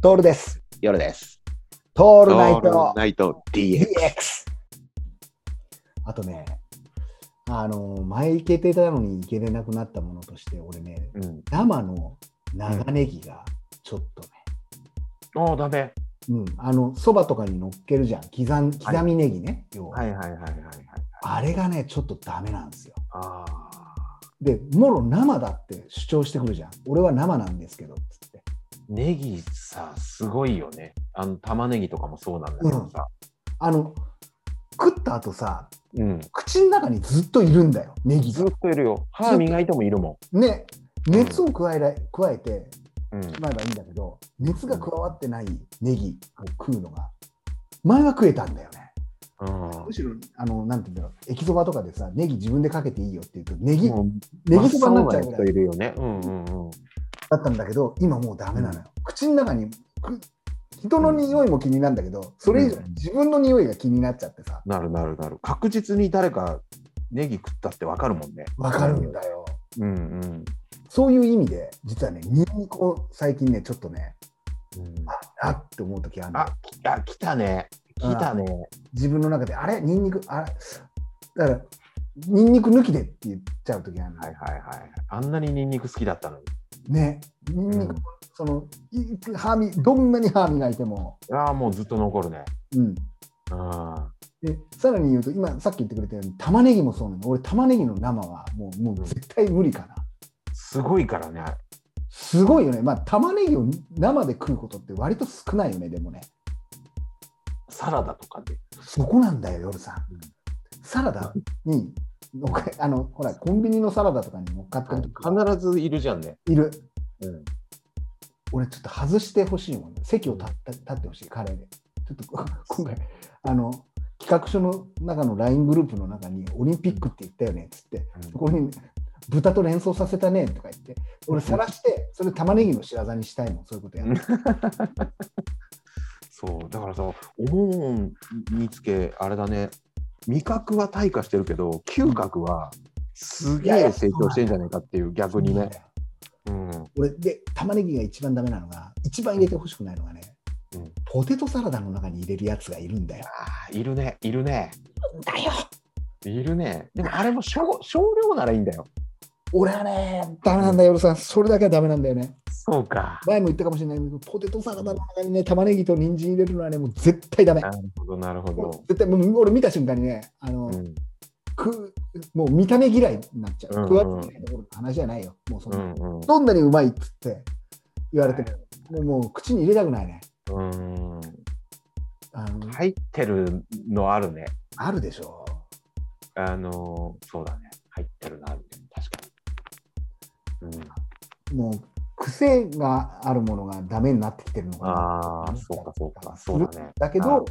トールです。夜です。トオールナイトナイト DX。 DX。あとね、あの、前行けてたのに行けれなくなったものとして、俺ね、うん。生の長ネギがちょっとね、ああ、ダメ。うん、あの、そばとかに乗っけるじゃん。刻ん刻みネギね、要は、はいはいはいはいはい。あれがね、ちょっとダメなんですよ。ああ。で、もろ生だって主張してくるじゃん。俺は生なんですけど、つって。ネギさ、すごいよね。あの、玉ねぎとかもそうなんだけどさ。あの、食った後さ、うん。口の中にずっといるんだよ、ネギずがっ。といるよ。歯磨いてもいるもね、熱を加えら加えて、ん。うん。まえばいいんだけど、熱が加わってないネギを食うのが、前は食えたんだよね。うんむしろ、あの、なんていうんだろう、駅そばとかでさ、ネギ自分でかけていいよって言うと、ネギ、もうネギそばになっちゃう真ぐっ青ら人いいるよね。うんうんうん。だったんだけど、今もうダメなのよ。口の中に、く人の匂いも気になるんだけど、それ以上に自分の匂いが気になっちゃってさ、なるなるなる。確実に誰かネギ食ったってわかるもんね。わかるん。だよ。うんうん。そういう意味で、実はね、ニンニクを最近ね、ちょっとね、うんあっって思う時あるのよあ、きあ来たね。来たね。自分の中で、あれニンニク、あれだから、ニンニク抜きでって言っちゃう時あるのはいよ。はいはい。あんなにニンニク好きだったのに。ね、ニンニク、うんその、い歯み、どんなに歯磨いても、ああ、もうずっと残るね。うん。うん。で、さらに言うと、今、さっき言ってくれたように、玉ねぎもそうなの。俺、玉ねぎの生は、もう、もう絶対無理かな。すごいからね。すごいよね。まあ、玉ねぎを生で食うことって割と少ないよね、でもね。サラダとかで。そこなんだよ、夜さんうん。サラダに、のっかあの、ほら、コンビニのサラダとかに乗っかってるとか必ずいるじゃんね。いる。うん。俺ちょっと外してほしいもん、ね、席を立った立ってほしい彼でちょっとこ 今回あの企画書の中の LINE グループの中に「オリンピックって言ったよね」っつってそこに「豚と連想させたね」とか言って俺さらしてそれ玉ねぎの白髪にしたいもんそういうことやる、そう。だからさ、思うにつけ、あれだね。味覚は退化してるけど、嗅覚はすげえ成長してんじゃないかっていう、逆にね。うん。俺で玉ねぎが一番ダメなのが一番入れてほしくないのがね、うんポテトサラダの中に入れるやつがいるんだよああ、いるね。いるね。だよいるね。でもあれも少少量ならいいんだよ。俺はねダメなんだよ俺さんそれだけはダメなんだよねそうか。前も言ったかもしれないけど、ポテトサラダの中にね、玉ねぎと人参入れるのはね、もう絶対ダメな。るほど、なるほど。絶対、もう俺見た瞬間にね、あの、うん。くもう見た目嫌いになっちゃう。うんうん食わず嫌いどころの話じゃないよ。もうそんうな、んうん。どんなにうまいっつって言われても、もうもう口に入れたくないね。うん。あの入ってるのあるね。あるでしょあのーそうだね。入ってるな、みたいな。確かに。うん、う。もう癖があるものがダメになってきてるのかな。ああ、そうか、そうか、そうだね。だけど、